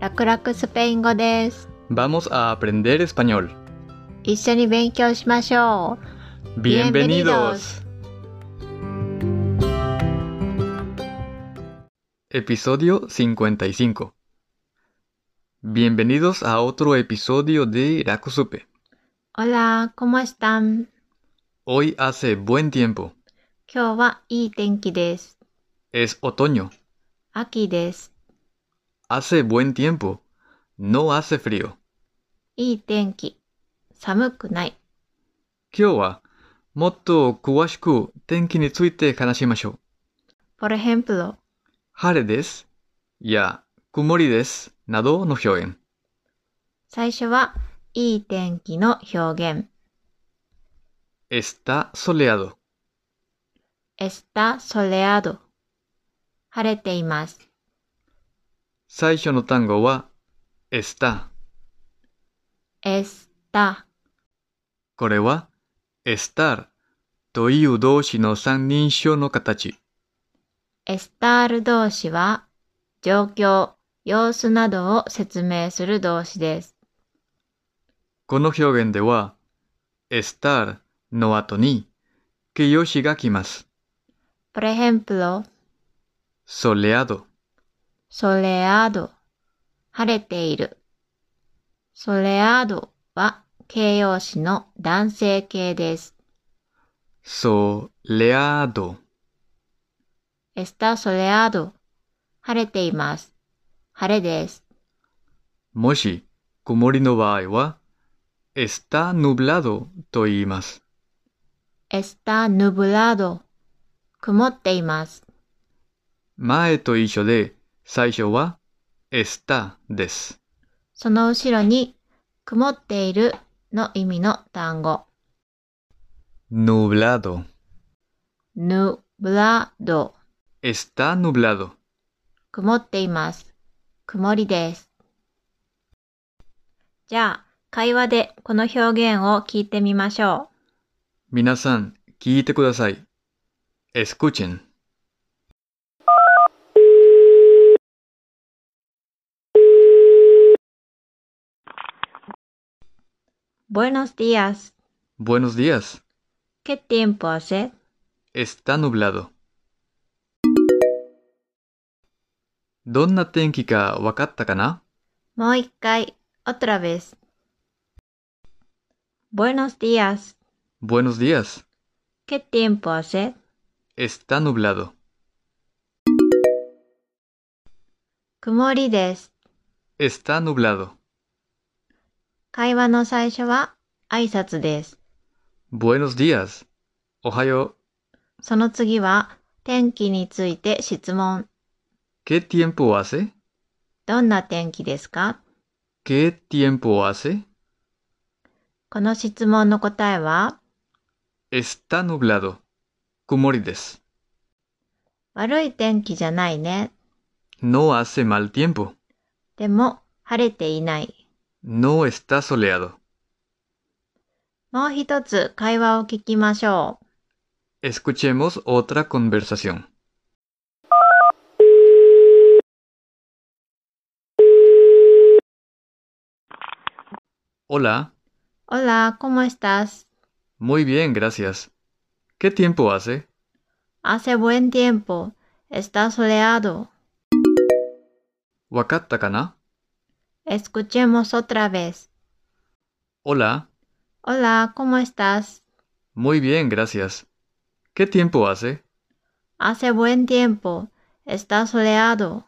楽々スペイン語です。 Vamos a aprender español. 一緒に勉強しましょう。 Bienvenidos. Episodio 55. Bienvenidos a otro episodio de Rakusupe. Hola, ¿cómo están? Hoy hace buen tiempo. 今日はいい天気です。 Es otoño. 秋です。 Hace buen tiempo. No hace frío. いい天気。寒くない。今日はもっと詳しく天気について話しましょう。Por ejemplo, 晴れです。いや、曇りです。などの表現。最初は、いい天気の表現。 está soleado。 está soleado。晴れています。最初の単語は、está。 está。これは、estar という動詞の三人称の形。 estar 動詞は、状況、様子などを説明する動詞です。この表現では、estar の後に、形容詞が来ます。 por ejemplo, soleado, soleado 晴れている。soleado は形容詞の男性形です。 soleado está soleado 晴れています。晴れです。もし、曇りの場合は、está nublado と言います。 está nublado 曇っています。前と一緒で、最初は、está です。その後ろに、曇っているの意味の単語。 nublado nublado está nublado 曇っています。曇りです。じゃあ、会話でこの表現を聞いてみましょう。皆さん、聞いてください。escuchen。 Buenos días. Buenos días. ¿Qué tiempo hace? Está nublado. どんな天気かわかったかなもう一回、otra vez. Buenos días. Buenos días. ¿Qué tiempo hace? Está nublado. 曇りです。 Está nublado. 会話の最初は挨拶です。 Buenos días. おはよう。その次は天気について質問。 ¿Qué tiempo hace? どんな天気ですか ¿Qué tiempo hace? この質問の答えは Está nublado. 曇りです。悪い天気じゃないね。 No hace mal tiempo. でも晴れていない。 No está soleado. もう一つ会話を聞きましょう。Escuchemos otra conversación. オラ。 Hola, ¿cómo estás? Muy bien, gracias. ¿Qué tiempo hace? Hace buen tiempo. Está soleado. わかったかな Escuchemos otra vez. Hola. Hola, ¿cómo estás? Muy bien, gracias. ¿Qué tiempo hace? Hace buen tiempo. Está soleado.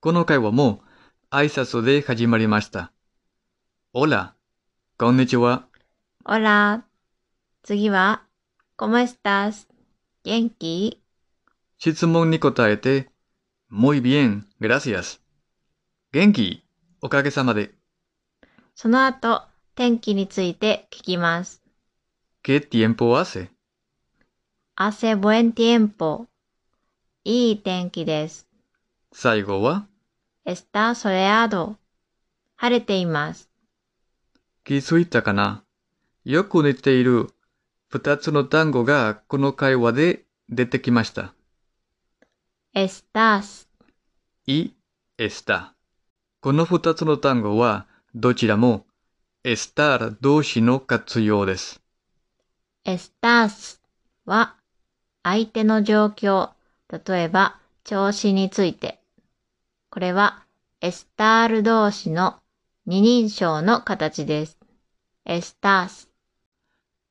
この会話も挨拶で始まりました。Hola. こんにちは。 Hola. 次は、¿Cómo estás? 元気質問に答えて、Muy bien, gracias. 元気おかげさまで。その後、天気について聞きます。 ¿Qué tiempo hace? hace buen tiempo. いい天気です。最後は está soleado. 晴れています。気づいたかなよく似ている二つの単語がこの会話で出てきました。 estás y está。この二つの単語はどちらも estar 動詞の活用です。エスタースは相手の状況、例えば調子について。これはエスタール動詞の二人称の形です。エスタース、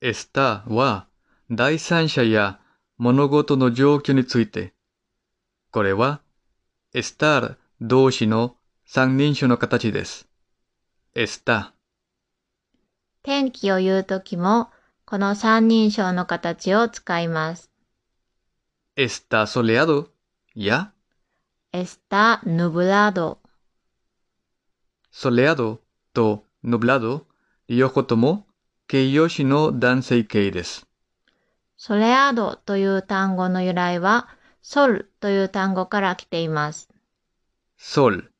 está は第三者や物事の状況について。これは estar 動詞の三人称の形です。está 天気を言うときもこの三人称の形を使います。 ¿Está soleado? ¿Ya? エスタヌブラド、 soleado と nublado 両方とも形容詞の男性形です。ソレアドという単語の由来はソルという単語から来ています。 sol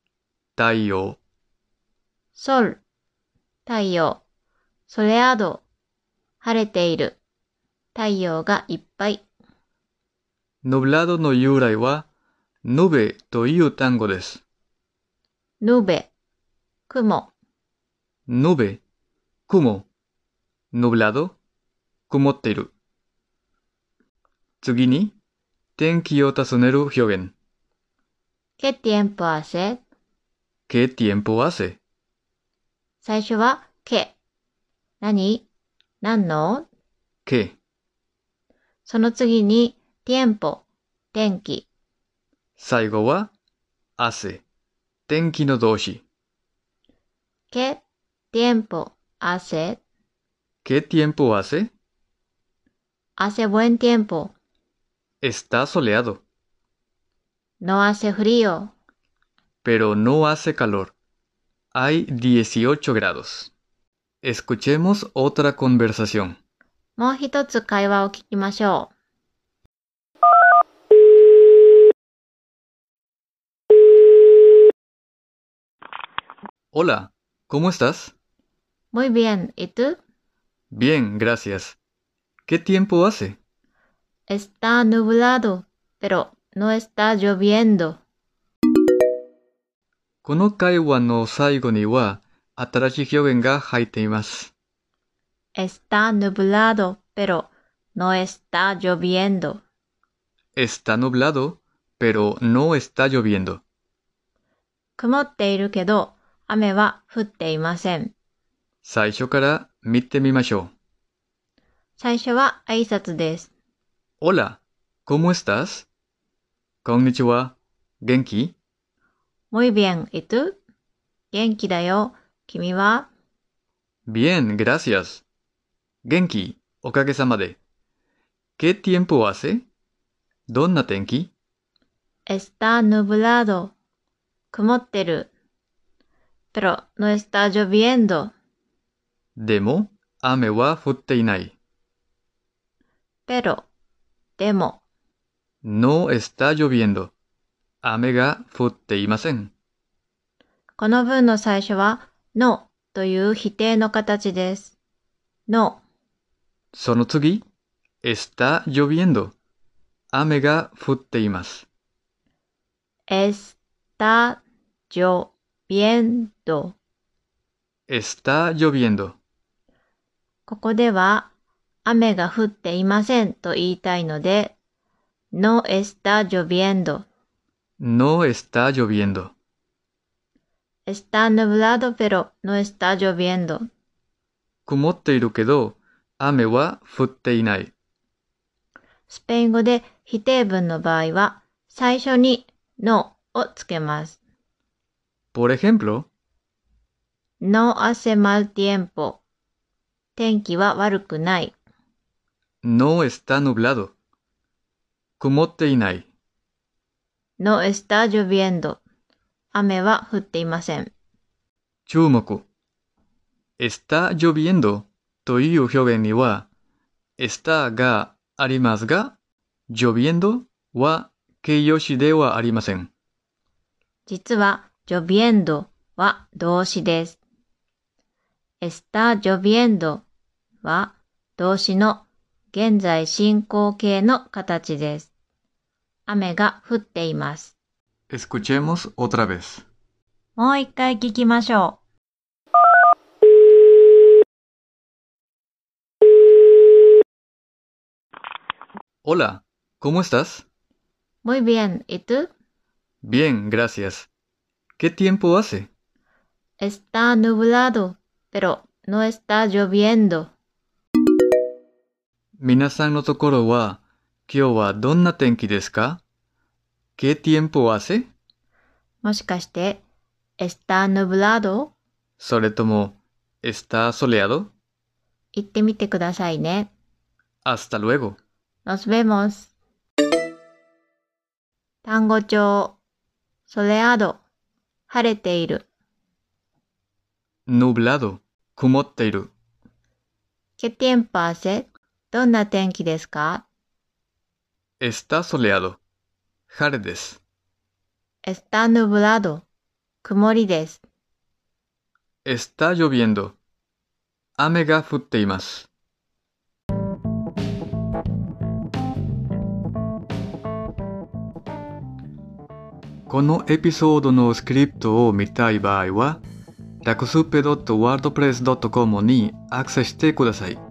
太陽、ソル、太陽。ソレアド、晴れている。太陽がいっぱい。 nublado の由来は nube という単語です。ヌベ、雲。 nube 雲 nublado 曇っている。次に天気を尋ねる表現。ケティエンプアセ。 ¿Qué tiempo hace? 最初は、ケ。何何の ¿Qué? その次に、ティエンポ、天気。最後は hace 天気の動詞。ケ、ティエンポ、汗。 ¿Qué tiempo hace? 汗ブエンティエンポ。 Está soleado, の汗フリオ。 pero no hace calor. Hay 18 grados. Escuchemos otra conversación. もう一つ会話を聞きましょう。 Hola, ¿cómo estás? Muy bien, ¿y tú? Bien, gracias. ¿Qué tiempo hace? Está nublado, pero no está lloviendo. この会話の最後には新しい表現が入っています。 Está nublado, pero no está lloviendo. Está nublado, pero no está lloviendo. 曇っているけど、雨は降っていません。最初から見てみましょ最初は挨拶です。う。Hola, ¿cómo estás? こんにちは。元気 Muy bien, ¿y tú? 元気だよ。君は Bien, gracias. Genki, おかげさまで。¿Qué tiempo hace? どんな天気 Está nublado. 曇ってる。pero no está lloviendo. でも、雨は降っていない。 pero でも No está lloviendo. 雨が降っていません。この文の最初は no という否定の形です。no その次、está lloviendo. 雨が降っています。 está lloviendo。 está lloviendo. ここでは雨が降っていませんと言いたいので、no está lloviendo。 No está lloviendo. está nublado pero no está lloviendo。曇っているけど、雨は降っていない。スペイン語で否定文の場合は、最初に no をつけます。 por ejemplo, no hace mal tiempo。天気は悪くない。 No está nublado. 曇っていない。 no está lloviendo。雨は降っていません。注目。está lloviendo という表現には、está がありますが、lloviendo は形容詞ではありません。実は、lloviendo は動詞です。está lloviendo は動詞の現在進行形の形です。雨が降っています。 Escuchemos otra vez. もう一回聞きましょう。 Hola, ¿cómo estás? Muy bien, ¿y tú? Bien, gracias. ¿Qué tiempo hace? Está nublado, pero no está lloviendo. 皆さんのところは今日はどんな天気ですか ¿Qué tiempo hace? もしかして、está nublado? それとも ¿Está soleado? 言ってみてくださいね。 Hasta luego. Nos vemos. 単語帳。ソレアド。晴れている。 Nublado. 曇っている。 ¿Qué tiempo hace? どんな天気ですか Está soleado. 晴れです。 ?está nublado. 曇りです。 Está lloviendo. 雨が降っています。このエピソードのスクリプトを見たい場合は、ラクスペ .wordpress.com にアクセスしてください。